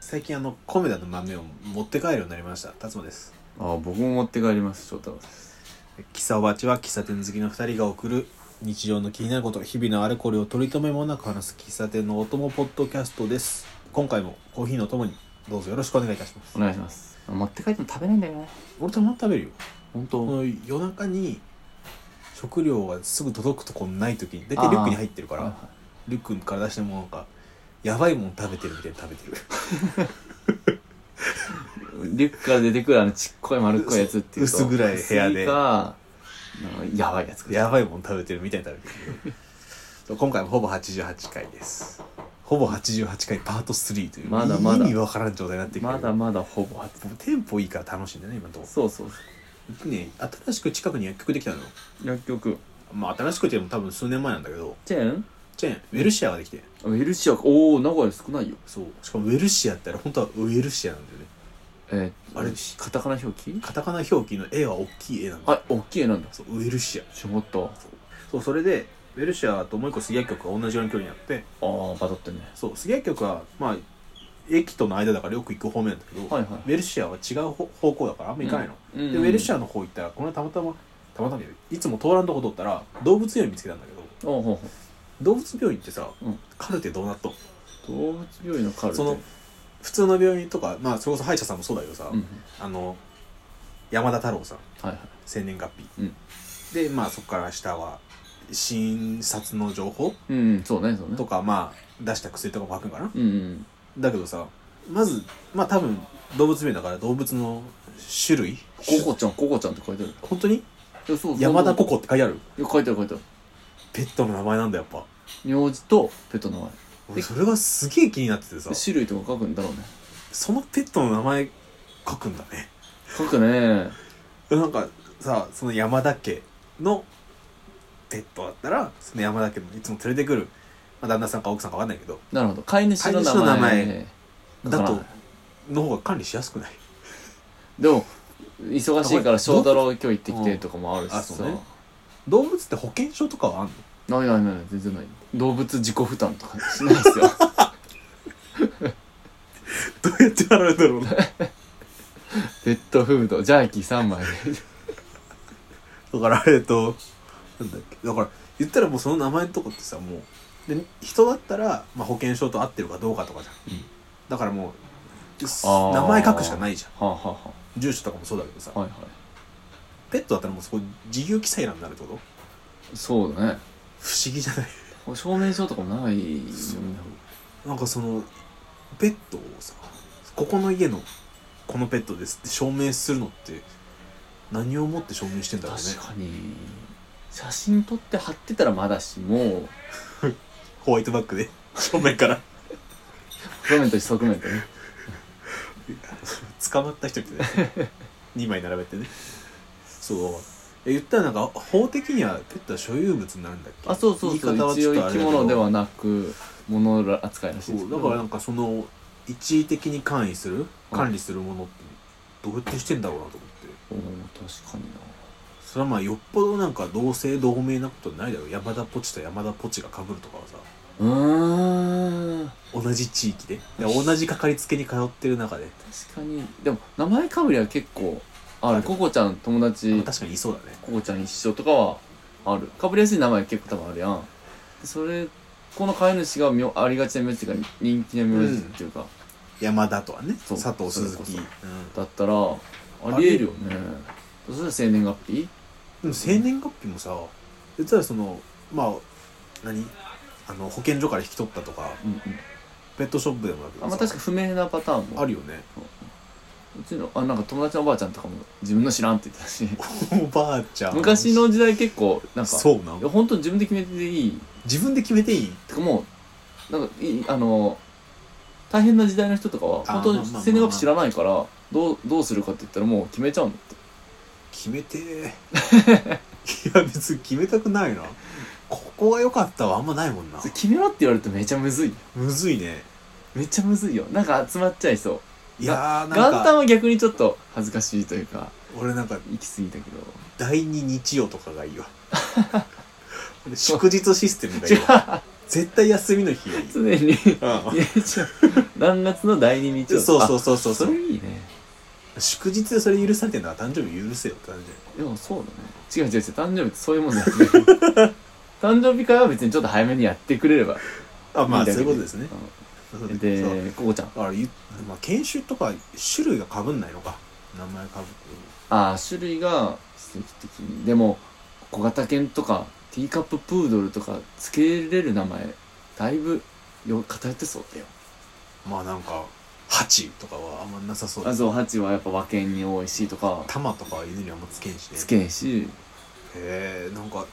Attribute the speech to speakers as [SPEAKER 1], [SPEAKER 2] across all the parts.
[SPEAKER 1] 最近あのコメダの豆を持って帰るようになりました辰馬です
[SPEAKER 2] あ僕も持って帰ります翔太郎です
[SPEAKER 1] 喫茶おばちは喫茶店好きの2人が送る日常の気になること日々のあれこれを取り留めもなく話す喫茶店のお供ポッドキャストです今回もコーヒーのともにどうぞよろしくお願いいたします
[SPEAKER 2] お願いします持って帰っても食べないんだよね
[SPEAKER 1] 俺たまに食べるよ
[SPEAKER 2] 本当、
[SPEAKER 1] この夜中に食料がすぐ届くとこない時に大体リュックに入ってるからリュックから出してもなんかやばいもん食べてるみたいに食べてる
[SPEAKER 2] リュックから出てくるあのちっこい丸っこいやつっていうと
[SPEAKER 1] 薄薄暗い部屋で
[SPEAKER 2] 薄かなんかやばいやつ
[SPEAKER 1] やばいもん食べてるみたいに食べてるそう今回もほぼ88回ですほぼ88回パート3という
[SPEAKER 2] まだまだ
[SPEAKER 1] 意味わからん状態になってきてる
[SPEAKER 2] まだまだほぼ初
[SPEAKER 1] テンポいいから楽しいんだよね今どう
[SPEAKER 2] そうそうそ
[SPEAKER 1] ね新しく近くに薬局できたのよ
[SPEAKER 2] う薬局
[SPEAKER 1] まあ新しくても多分数年前なんだけど
[SPEAKER 2] チェーン
[SPEAKER 1] チェーンウェルシアができて
[SPEAKER 2] あウェルシアおお名古屋少ないよ
[SPEAKER 1] そうしかもウェルシアってあれ本当はウェルシアなんだよね
[SPEAKER 2] えー、
[SPEAKER 1] あれ
[SPEAKER 2] カタカナ表記
[SPEAKER 1] カタカナ表記の絵は大きい絵なんだよ
[SPEAKER 2] あ大きい絵なんだ
[SPEAKER 1] そうウェルシア
[SPEAKER 2] しまったあ
[SPEAKER 1] そうそれでウェルシアともう一個杉薬局が同じような距離にあって
[SPEAKER 2] あバトってね
[SPEAKER 1] そう杉薬局はまあ駅との間だからよく行く方面なんだけど、
[SPEAKER 2] はいはい
[SPEAKER 1] ウェルシアは違う方方向だからあんま行かないの、
[SPEAKER 2] うん
[SPEAKER 1] でウェルシアの方行ったらこの間たまたまたまたまいつも通らんとこ通ったら動物病院見つけたんだけど
[SPEAKER 2] おお
[SPEAKER 1] 動物病院ってさ、
[SPEAKER 2] うん
[SPEAKER 1] カルテどうなっとん
[SPEAKER 2] 動物病院のカルテ
[SPEAKER 1] その普通の病院とかまあそれこそ歯医者さんもそうだけどさ、
[SPEAKER 2] うんうん
[SPEAKER 1] あの山田太郎さん
[SPEAKER 2] はいはい
[SPEAKER 1] 生年月日、
[SPEAKER 2] うん
[SPEAKER 1] でまあそこから下は診察の情報
[SPEAKER 2] うんうんそうねそうね
[SPEAKER 1] とかまあ出した薬とかも書くんかな
[SPEAKER 2] うんうん
[SPEAKER 1] だけどさまずまあ多分動物名だから動物の種類
[SPEAKER 2] ココちゃんココちゃんって書いてある
[SPEAKER 1] 本当に
[SPEAKER 2] いやそう
[SPEAKER 1] 山田
[SPEAKER 2] そう
[SPEAKER 1] ココって書いてある
[SPEAKER 2] いや書いてある書いてある
[SPEAKER 1] ペットの名前なんだやっぱ
[SPEAKER 2] 名字とペットの名前
[SPEAKER 1] 俺それがすげえ気になっててさ
[SPEAKER 2] で種類とか書くんだろうね
[SPEAKER 1] そのペットの名前書くんだね
[SPEAKER 2] 書くね
[SPEAKER 1] なんかさその山田家のペットだったらその山田家のいつも連れてくる、まあ、旦那さんか奥さんか分かんないけど
[SPEAKER 2] なるほど飼い主の名
[SPEAKER 1] 飼い主の
[SPEAKER 2] 前
[SPEAKER 1] 名前
[SPEAKER 2] だ
[SPEAKER 1] だ
[SPEAKER 2] から
[SPEAKER 1] との方が管理しやすくない
[SPEAKER 2] でも忙しいから
[SPEAKER 1] あこれ
[SPEAKER 2] 翔太郎今日行ってきてとかもあるし
[SPEAKER 1] うんあ
[SPEAKER 2] さ
[SPEAKER 1] そうね動物って保険証とかはあんの
[SPEAKER 2] ないないない全然ない動物自己負担とかしない ですよ
[SPEAKER 1] どうやって払うんだろうな
[SPEAKER 2] ペットフードジャーキー3枚で
[SPEAKER 1] だからえっとなんだっけだから言ったらもうその名前のとこってさもうで人だったら、まあ、保険証と合ってるかどうかとかじゃん、
[SPEAKER 2] うん
[SPEAKER 1] だからもう
[SPEAKER 2] ー
[SPEAKER 1] 名前書くしかないじゃん
[SPEAKER 2] はあ、はあは
[SPEAKER 1] 住所とかもそうだけどさ
[SPEAKER 2] あ、はいは
[SPEAKER 1] ペットだったらもうそこ自由記載欄になるってこと
[SPEAKER 2] いそうだね
[SPEAKER 1] 不思議じゃない
[SPEAKER 2] 証明書とかもないよね
[SPEAKER 1] なんかそのペットをさここの家のこのペットですって証明するのって何をもって証明してんだろうね
[SPEAKER 2] 確かに写真撮って貼ってたらまだしもう
[SPEAKER 1] ホワイトバッグで 正面から
[SPEAKER 2] 側面と一側面とね
[SPEAKER 1] 捕まった人みたいな2 枚並べてねそうえ言ったらなんか法的にはペットは所有物になるんだっけ
[SPEAKER 2] あそうそうそ
[SPEAKER 1] 言
[SPEAKER 2] う
[SPEAKER 1] い方はち
[SPEAKER 2] 一
[SPEAKER 1] ょ
[SPEAKER 2] 応
[SPEAKER 1] っとあ
[SPEAKER 2] 生
[SPEAKER 1] れだけ
[SPEAKER 2] き
[SPEAKER 1] ど
[SPEAKER 2] 物ではなく物ら扱いらし
[SPEAKER 1] そ
[SPEAKER 2] いです
[SPEAKER 1] う
[SPEAKER 2] けど
[SPEAKER 1] だからなんかその一時的に関与する管理するものってどうやってしてんだろうなと思って
[SPEAKER 2] おー確かにな
[SPEAKER 1] それはまあよっぽどなんか同姓同名なことないだろう山田ポチと山田ポチが被るとかはさ
[SPEAKER 2] うーん
[SPEAKER 1] 同じ地域でで同じかかりつけに通ってる中で
[SPEAKER 2] 確かにでも名前かぶりは結構あ
[SPEAKER 1] あ
[SPEAKER 2] る
[SPEAKER 1] る
[SPEAKER 2] ココちゃん友達
[SPEAKER 1] 確かにいそうだね
[SPEAKER 2] ココちゃん一緒とかはあるかぶりやすい名前結構多分あるやんそれこの飼い主が名ありがちな名字っていうか人気な名字っていうか、
[SPEAKER 1] 山田とはね
[SPEAKER 2] そう
[SPEAKER 1] 佐藤鈴
[SPEAKER 2] そ
[SPEAKER 1] 木
[SPEAKER 2] れ
[SPEAKER 1] うん
[SPEAKER 2] こだったらありえるよねそしたら生年月日
[SPEAKER 1] でも生年月日もさ言ったらそのまあ何あの保健所から引き取ったとか
[SPEAKER 2] うんうん
[SPEAKER 1] ペットショップでもだけど
[SPEAKER 2] あま
[SPEAKER 1] さ
[SPEAKER 2] あ確か不明なパターンも
[SPEAKER 1] あるよね
[SPEAKER 2] うちのあなんか友達のおばあちゃんとかも自分の知らんって言ってたし
[SPEAKER 1] おば あちゃん
[SPEAKER 2] 昔の時代結構なんか
[SPEAKER 1] そうないの
[SPEAKER 2] や本当に自分で決めていい
[SPEAKER 1] 自分で決めていい
[SPEAKER 2] てかもうなんかいいあの大変な時代の人とかは
[SPEAKER 1] あー
[SPEAKER 2] 本当
[SPEAKER 1] ま
[SPEAKER 2] に
[SPEAKER 1] あまあまあ
[SPEAKER 2] 生年月日知らないからどうどうするかって言ったらもう決めちゃうんだって
[SPEAKER 1] 決め てーいや別に決めたくないなここは良かったはあんまないもんな
[SPEAKER 2] それ決めろって言われるとめちゃむずい
[SPEAKER 1] むずいね
[SPEAKER 2] めっちゃむずいよなんか集まっちゃいそう
[SPEAKER 1] いやー
[SPEAKER 2] 元
[SPEAKER 1] なんか
[SPEAKER 2] 旦は逆にちょっと恥ずかしいというか
[SPEAKER 1] 俺なんか
[SPEAKER 2] 行き過ぎた けど
[SPEAKER 1] 第二日曜とかがいいわ俺祝日システムがいい
[SPEAKER 2] 違う
[SPEAKER 1] わ絶対休みの日が いい、
[SPEAKER 2] 常に。い
[SPEAKER 1] うん
[SPEAKER 2] や、ちょ、何月の第二日曜
[SPEAKER 1] そうそううそうそうそ
[SPEAKER 2] そ
[SPEAKER 1] れ
[SPEAKER 2] れいいね。
[SPEAKER 1] 祝日でそれ許されてんだから誕生日許せよって感じ
[SPEAKER 2] でもそうだね。違う違う違う、誕生日ってそういうもんだよね。誕生日会は別にちょっと早めにやってくれれば。
[SPEAKER 1] あまあ
[SPEAKER 2] だけ
[SPEAKER 1] そういうことですね。そう
[SPEAKER 2] うん
[SPEAKER 1] ねそう
[SPEAKER 2] で、ここちゃん。
[SPEAKER 1] だから、ゆまあ、研修とか種類がかぶんないのか名前かぶ
[SPEAKER 2] ああ、種類が奇跡的に。でも、小型犬とか、ティーカッププードルとか、つけれる名前、だいぶ、よ、偏ってそうだよ。
[SPEAKER 1] まあなんかハチとかはあんまなさそう
[SPEAKER 2] あ
[SPEAKER 1] だ
[SPEAKER 2] そう、ハチはやっぱ和犬に多いしとか、
[SPEAKER 1] タマとかは犬にはあんまつけんしね
[SPEAKER 2] つけへんし、
[SPEAKER 1] へえなんか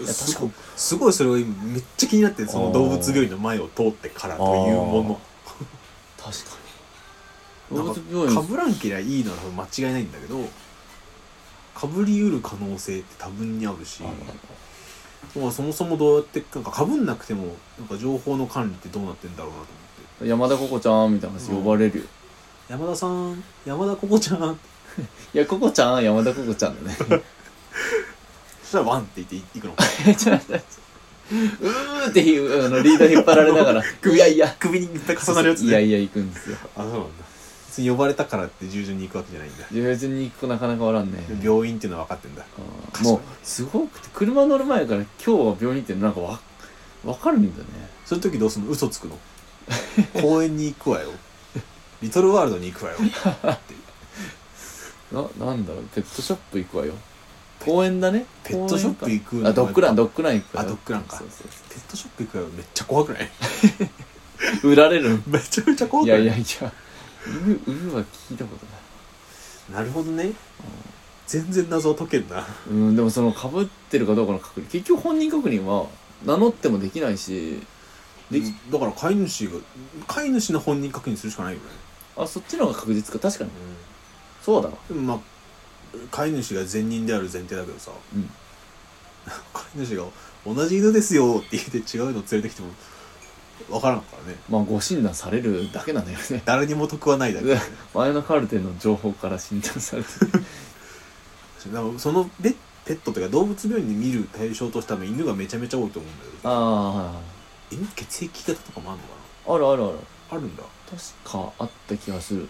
[SPEAKER 2] や
[SPEAKER 1] す
[SPEAKER 2] 確
[SPEAKER 1] ごすごいそれが今めっちゃ気になってその動物病院の前を通ってからというも
[SPEAKER 2] 確かに。
[SPEAKER 1] の
[SPEAKER 2] 動
[SPEAKER 1] なんか
[SPEAKER 2] 物病
[SPEAKER 1] か
[SPEAKER 2] 院、
[SPEAKER 1] ぶらんけりゃいいなら間違いないんだけどかぶりうる可能性って多分にあるし
[SPEAKER 2] あ
[SPEAKER 1] まあ、そもそもどうやってなんかかぶんなくてもなんか情報の管理ってどうなってんだろうなと思って
[SPEAKER 2] の山田ココちゃんみたいな感じで呼ばれるよ。
[SPEAKER 1] 山田さん山田ここちゃん
[SPEAKER 2] いや、ココちゃん、山田ココちゃんだね。
[SPEAKER 1] そしたらワンって言っていくの
[SPEAKER 2] ちょっと待ってうーっていうあのリーダー引っ張られながら、いやいや、
[SPEAKER 1] 首にいっぱい重なるやつね
[SPEAKER 2] いやいや行くんですよ。
[SPEAKER 1] あそうなんだ別に呼ばれたからって従順に行くわけじゃないんだ
[SPEAKER 2] 別に行く子なかなかおらんね。
[SPEAKER 1] 病院っていうのは分かってんだ
[SPEAKER 2] あーもう、すごくて、車乗る前から今日は病院行ってなんかわ、わかるんだね。
[SPEAKER 1] そういう時どうすんの嘘つくの公園に行くわよリトルワールドに行くわよ
[SPEAKER 2] な、なんだろう、ペットショップ行くわよ。公園だね。
[SPEAKER 1] ペットショップ
[SPEAKER 2] 公園
[SPEAKER 1] 行くの
[SPEAKER 2] かあ、ドッグラン、ドッグラン行くわよ
[SPEAKER 1] あドッグランか
[SPEAKER 2] そうそうそ
[SPEAKER 1] ペットショップ行くわよめっちゃ怖くない
[SPEAKER 2] う売られる
[SPEAKER 1] めちゃめちゃ怖
[SPEAKER 2] い
[SPEAKER 1] くな
[SPEAKER 2] や
[SPEAKER 1] い
[SPEAKER 2] いやいや、売る、売るは聞いたことな
[SPEAKER 1] な
[SPEAKER 2] い。
[SPEAKER 1] るほどね全然謎は解けんな
[SPEAKER 2] うん、でもその被ってるかどうかの確認結局本人確認は名乗ってもできないしでき、
[SPEAKER 1] だから飼い主が飼い主の本人確認するしかないよね、
[SPEAKER 2] あそっちの方が確実か確かにそうだわ
[SPEAKER 1] でもまあ飼い主が善人である前提だけどさ、
[SPEAKER 2] うん
[SPEAKER 1] 飼い主が「同じ犬ですよ」って言って違うの連れてきても分からんからね
[SPEAKER 2] まあご診断されるだけなんだよね
[SPEAKER 1] 誰にも得はないだけ
[SPEAKER 2] で前のカルテの情報から診断され て
[SPEAKER 1] だからそのペペットというか動物病院で見る対象としては犬がめちゃめちゃ多いと思うんだけど
[SPEAKER 2] あ
[SPEAKER 1] 犬血液型とかもあるのか
[SPEAKER 2] ああるあるある
[SPEAKER 1] なあるんだ
[SPEAKER 2] 確かあった気がする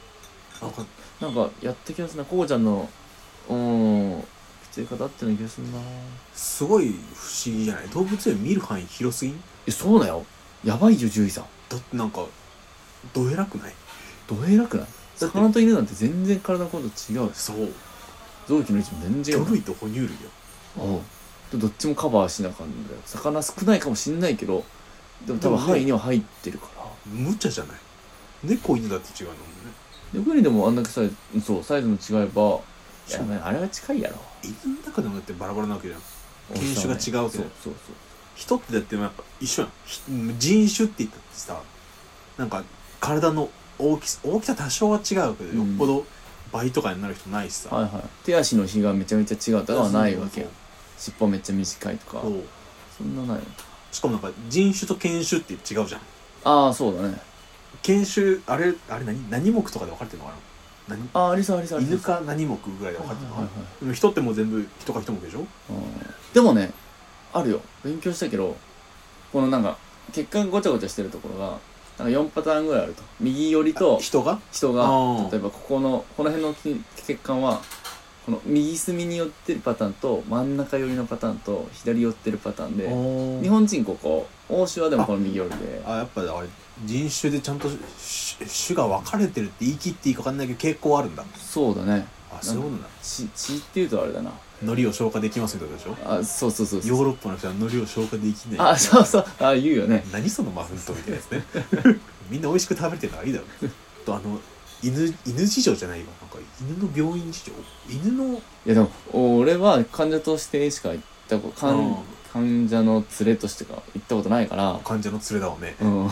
[SPEAKER 1] なんか
[SPEAKER 2] なんかやった気がするなこうちゃんのうん血液型合ってるような気がするな
[SPEAKER 1] すごい不思議じゃない動物園見る範囲広すぎん
[SPEAKER 2] えそうだよやばいよ獣医さん
[SPEAKER 1] だってなんかどえらくない
[SPEAKER 2] どえらくない
[SPEAKER 1] だって
[SPEAKER 2] 魚と犬なんて全然体のこと違う
[SPEAKER 1] そう
[SPEAKER 2] 臓器の位置も全然違
[SPEAKER 1] 魚
[SPEAKER 2] う
[SPEAKER 1] 類と哺乳類よ
[SPEAKER 2] おうでどっちもカバーしなあかんだよ魚少ないかもしんないけどでも多分
[SPEAKER 1] でもね
[SPEAKER 2] 範囲には入ってるから
[SPEAKER 1] 無茶じゃない猫犬だって違うのもんね
[SPEAKER 2] 逆にでもあんだけサイズそうサイズも違えばいや
[SPEAKER 1] そう
[SPEAKER 2] まああれは近いやろ
[SPEAKER 1] 犬の中でもだってバラバラなわけじゃん犬種が違うけど
[SPEAKER 2] そうそう
[SPEAKER 1] 人ってだってやっぱ一緒やんひ人種って言ったってさなんか体の大きさ大きさ多少は違うけど、
[SPEAKER 2] うん
[SPEAKER 1] よっぽど倍とかになる人ないしさ、
[SPEAKER 2] そうはいはい手足の比がめちゃめちゃ違うとかはないわけよ尻尾めっちゃ短いとか
[SPEAKER 1] そう
[SPEAKER 2] そんなない
[SPEAKER 1] しかもなんか人種と犬種って違うじゃん
[SPEAKER 2] ああそうだね
[SPEAKER 1] 犬種あれあれ何何目とかで分かれてるのかな何
[SPEAKER 2] ああありそうありそうありそう
[SPEAKER 1] 犬か何目ぐらいで分か
[SPEAKER 2] はい
[SPEAKER 1] れて
[SPEAKER 2] は
[SPEAKER 1] るの
[SPEAKER 2] いは
[SPEAKER 1] か
[SPEAKER 2] い
[SPEAKER 1] な、でも人ってもう全部人か人目でしょ
[SPEAKER 2] うんでもねあるよ勉強したけどこのなんか血管ごちゃごちゃしてるところがなんか4パターンぐらいあると右寄りと
[SPEAKER 1] 人が
[SPEAKER 2] 人
[SPEAKER 1] あ
[SPEAKER 2] が
[SPEAKER 1] ー
[SPEAKER 2] 例えばここのこの辺の筋血管はこの右隅に寄ってるパターンと真ん中寄りのパターンと左寄ってるパターンで日
[SPEAKER 1] 日
[SPEAKER 2] 本人ここ欧州はでもこの右寄りで
[SPEAKER 1] あやっぱあれ人種でちゃんとしし種が分かれてるって言い切っていいか分かんないけど傾向はあるんだ
[SPEAKER 2] そうだね
[SPEAKER 1] あそういうことなんだ
[SPEAKER 2] 血血っていうとあれだな
[SPEAKER 1] 海苔を消化できますみたいなことでし
[SPEAKER 2] あそうそうそう
[SPEAKER 1] ょ
[SPEAKER 2] そ
[SPEAKER 1] ヨー
[SPEAKER 2] う
[SPEAKER 1] ロッパの人は海苔を消化できない
[SPEAKER 2] あそうそうあ言うよね
[SPEAKER 1] 何そのマフントみたいなやつね みんな美味しく食べてるのはいいだろとあの犬犬事情じゃないよなんか犬の病院事情犬の
[SPEAKER 2] いやでも俺は患者としてしか行ったこと患
[SPEAKER 1] うん
[SPEAKER 2] 患者の連れとしてか行ったことないから
[SPEAKER 1] 患者の連れだもんね
[SPEAKER 2] うん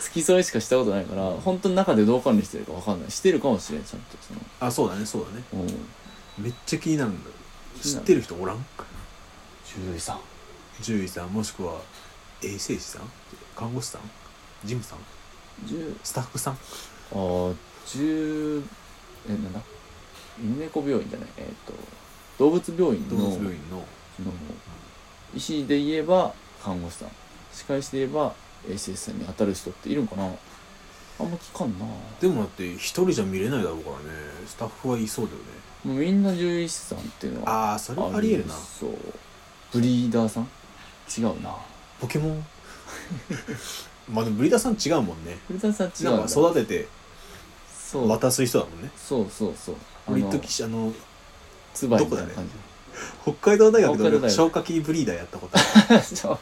[SPEAKER 2] 付き添いしかしたことないから本当に中でどう管理してるか分かんないしてるかもしれんちゃんとその
[SPEAKER 1] あそうだねそうだね
[SPEAKER 2] うん
[SPEAKER 1] めっちゃ気になるんだよ
[SPEAKER 2] 気に
[SPEAKER 1] 知
[SPEAKER 2] な
[SPEAKER 1] っ
[SPEAKER 2] る
[SPEAKER 1] てる人おらん
[SPEAKER 2] 獣医さん
[SPEAKER 1] 獣医さんもしくは衛生士さん看護師さんジムさん
[SPEAKER 2] 獣
[SPEAKER 1] スタッフさん
[SPEAKER 2] あー獣えなんだ犬猫病院じゃないえっ、と動物病院
[SPEAKER 1] 動
[SPEAKER 2] の
[SPEAKER 1] 物病院の
[SPEAKER 2] の医師で言えば看護師さん仕返しで言えば SS さんに当たる人っているんかなあんま聞かんなも
[SPEAKER 1] でもだって一人じゃ見れないだろうからねスタッフはいそうだよね
[SPEAKER 2] うみんな獣医師さんっていうのは
[SPEAKER 1] ああそれはありえるな
[SPEAKER 2] そうブリーダーさん違うな
[SPEAKER 1] ポケモン まあでもブリーダーさん違うもんね
[SPEAKER 2] ブリーダーさん違
[SPEAKER 1] な
[SPEAKER 2] うんん
[SPEAKER 1] か
[SPEAKER 2] だ
[SPEAKER 1] 育てて
[SPEAKER 2] そう
[SPEAKER 1] 渡す人だもんね
[SPEAKER 2] そうそうそう
[SPEAKER 1] 俺一
[SPEAKER 2] の
[SPEAKER 1] 時あの
[SPEAKER 2] ツバイみたい
[SPEAKER 1] どこ
[SPEAKER 2] な
[SPEAKER 1] だ
[SPEAKER 2] 感
[SPEAKER 1] 北海道大学で
[SPEAKER 2] 北海
[SPEAKER 1] 俺
[SPEAKER 2] 道大学
[SPEAKER 1] 消火器ブリーダーやったことある
[SPEAKER 2] じそう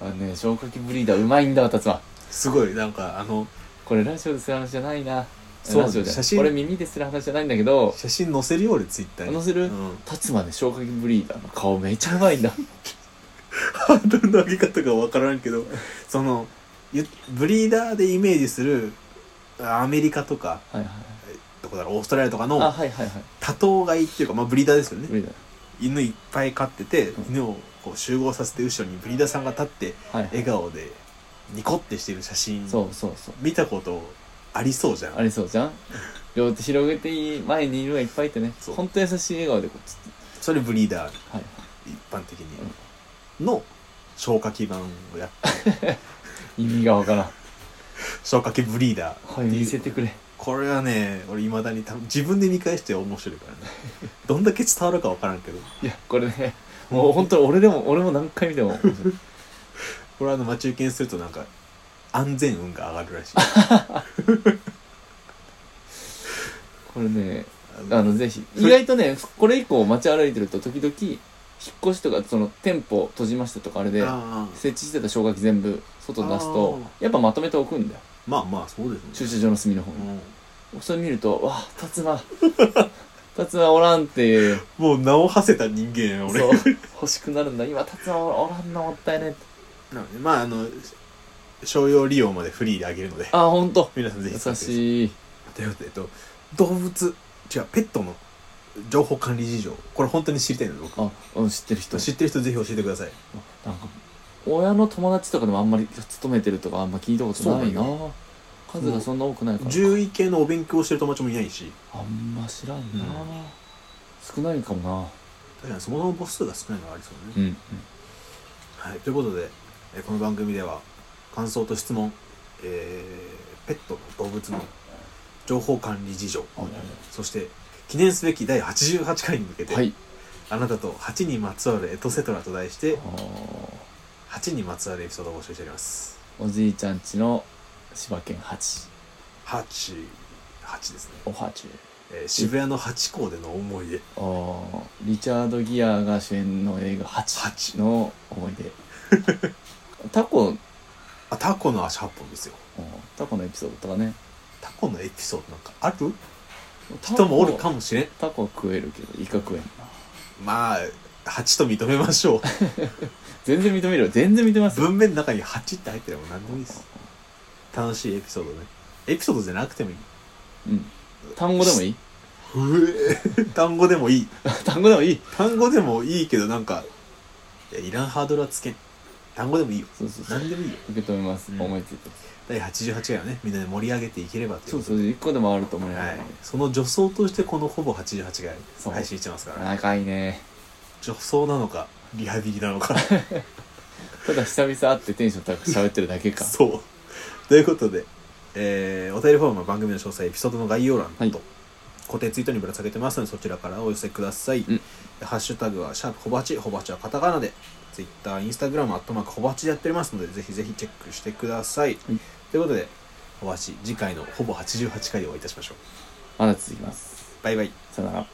[SPEAKER 2] あのね消火器ブリーダーうまいんだわ達馬
[SPEAKER 1] すごいなんかあの
[SPEAKER 2] これラジオでする話じゃないな
[SPEAKER 1] そう
[SPEAKER 2] ラジオじゃな
[SPEAKER 1] 写真
[SPEAKER 2] いこれ耳でする話じゃないんだけど
[SPEAKER 1] 写真載せるよ俺ツイッターに
[SPEAKER 2] 載せる
[SPEAKER 1] うん、
[SPEAKER 2] 達馬ね消火器ブリーダーの顔めちゃうまいん だ
[SPEAKER 1] ハードルの上げ方がわからんけどそのゆブリーダーでイメージするアメリカとか
[SPEAKER 2] はいはい
[SPEAKER 1] どこだろうオーストラリアとか
[SPEAKER 2] あ
[SPEAKER 1] の
[SPEAKER 2] はいはいはい
[SPEAKER 1] 多頭飼いっていうか、まあ、ブリーダーですよ
[SPEAKER 2] ブ
[SPEAKER 1] ね
[SPEAKER 2] リーダー
[SPEAKER 1] 犬いっぱい飼ってて、
[SPEAKER 2] うん
[SPEAKER 1] 犬をこう集合させて後ろにブリーダーさんが立って
[SPEAKER 2] はいはい
[SPEAKER 1] 笑顔でニコってしてる写真
[SPEAKER 2] そうそうそう
[SPEAKER 1] 見たことありそうじゃん
[SPEAKER 2] ありそうじゃん両手広げていい前に犬がいっぱいいてね
[SPEAKER 1] そう
[SPEAKER 2] ほんと優しい笑顔でこっち
[SPEAKER 1] それブリーダー
[SPEAKER 2] はい
[SPEAKER 1] 一般的に、の消火器版をやっ
[SPEAKER 2] 意味がわからん
[SPEAKER 1] 消火器ブリーダー
[SPEAKER 2] はい見せてくれ
[SPEAKER 1] これはね俺いまだに多分自分で見返して面白い からねどんだけ伝わるか分からんけど
[SPEAKER 2] いやこれねもう本当に俺でも俺も何回見ても面白い
[SPEAKER 1] これはあの待ち受けにするとなんか安全運が上がる らしい
[SPEAKER 2] これね
[SPEAKER 1] あの
[SPEAKER 2] あのぜひ意外とねこれ以降街歩いてると時々引っ越しとかその店舗閉じましたとかあれで
[SPEAKER 1] あー
[SPEAKER 2] 設置してた消火器全部外に出すとやっぱまとめておくんだよ
[SPEAKER 1] まあまあそうです
[SPEAKER 2] 駐
[SPEAKER 1] ね
[SPEAKER 2] 車場の隅の方
[SPEAKER 1] う
[SPEAKER 2] に、
[SPEAKER 1] ん
[SPEAKER 2] それ見るとわあ竜馬 竜馬おらんっていう
[SPEAKER 1] もう名を馳せた人間や 俺
[SPEAKER 2] そう欲しくなるんだ今竜馬おらんのもったいねって
[SPEAKER 1] なのでまああの商用利用までフリーであげるので
[SPEAKER 2] あほんと
[SPEAKER 1] 皆さんぜひ
[SPEAKER 2] 優
[SPEAKER 1] い
[SPEAKER 2] しい
[SPEAKER 1] ということで、えっと、動物違うペットの情報管理事情これ本当に知りたいので僕
[SPEAKER 2] あうん知ってる人
[SPEAKER 1] 知ってる人ぜひ教えてください
[SPEAKER 2] なんか親の友達とかでもあんまり勤めてるとかあんま聞いたことないな
[SPEAKER 1] そう
[SPEAKER 2] 数がそんな多くないから
[SPEAKER 1] 獣医系のお勉強をしてる友達もいないし
[SPEAKER 2] あんま知らんな、
[SPEAKER 1] うん
[SPEAKER 2] 少ないかも
[SPEAKER 1] 確かにそもそも母数が少ないのがありそうね
[SPEAKER 2] な、うん
[SPEAKER 1] はい、ということで、えーこの番組では感想と質問、えーペットの動物の情報管理事情そして記念すべき第88回に向けて、
[SPEAKER 2] はい
[SPEAKER 1] あなたと8にまつわるエトセトラと題して
[SPEAKER 2] あー
[SPEAKER 1] 8にまつわるエピソードを募集しております
[SPEAKER 2] おじいちゃんちの柴犬八
[SPEAKER 1] 88ですね、
[SPEAKER 2] おはちゅ
[SPEAKER 1] えー渋谷の八甲での思い出
[SPEAKER 2] あーリチャード・ギアが主演の映画「ハチ」
[SPEAKER 1] 八
[SPEAKER 2] の思い 出タコ
[SPEAKER 1] あタコの足8本ですよ
[SPEAKER 2] うんタコのエピソードとかね
[SPEAKER 1] タコのエピソードなんかある人もおるかもしれん
[SPEAKER 2] タコは食えるけどイカ食えんな
[SPEAKER 1] まあ8と認めましょう
[SPEAKER 2] 全然認めるよ全然認めますよ
[SPEAKER 1] 文面の中に8って入ってれば何でもいいです楽しいエピソードねエピソードじゃなくてもいい
[SPEAKER 2] うん単語でもいい
[SPEAKER 1] 単語でもいい
[SPEAKER 2] 単語でもいい
[SPEAKER 1] 単語でもいいけどなんかいやいらんハードルはつけん単語でもいいよ
[SPEAKER 2] そうそうそう
[SPEAKER 1] 何でもいいよ
[SPEAKER 2] 受け止めます、
[SPEAKER 1] うん
[SPEAKER 2] 思いついて
[SPEAKER 1] 第88回はねみんなで盛り上げていければという
[SPEAKER 2] そう
[SPEAKER 1] こと
[SPEAKER 2] そ
[SPEAKER 1] で
[SPEAKER 2] う一個でもあると思うよ、
[SPEAKER 1] はい、その助走としてこのほぼ88
[SPEAKER 2] そ
[SPEAKER 1] 回
[SPEAKER 2] う
[SPEAKER 1] 配信してますから
[SPEAKER 2] 長いね
[SPEAKER 1] 助走なのかリハビリなのか
[SPEAKER 2] ただ久々会ってテンション高く喋ってるだけか
[SPEAKER 1] そうということで、えーお便りフォームは番組の詳細エピソードの概要欄と、
[SPEAKER 2] はい
[SPEAKER 1] 固定ツイートにぶら下げてますのでそちらからお寄せください、
[SPEAKER 2] うん
[SPEAKER 1] ハッシュタグはシャープほばちほばちはカタカナでツイッターインスタグラムアットマークほばちでやっておりますのでぜひぜひチェックしてください、
[SPEAKER 2] はい
[SPEAKER 1] ということでほばち次回のほぼ88回でお会いいたしましょう
[SPEAKER 2] まだ続きます
[SPEAKER 1] バイバイ
[SPEAKER 2] さよなら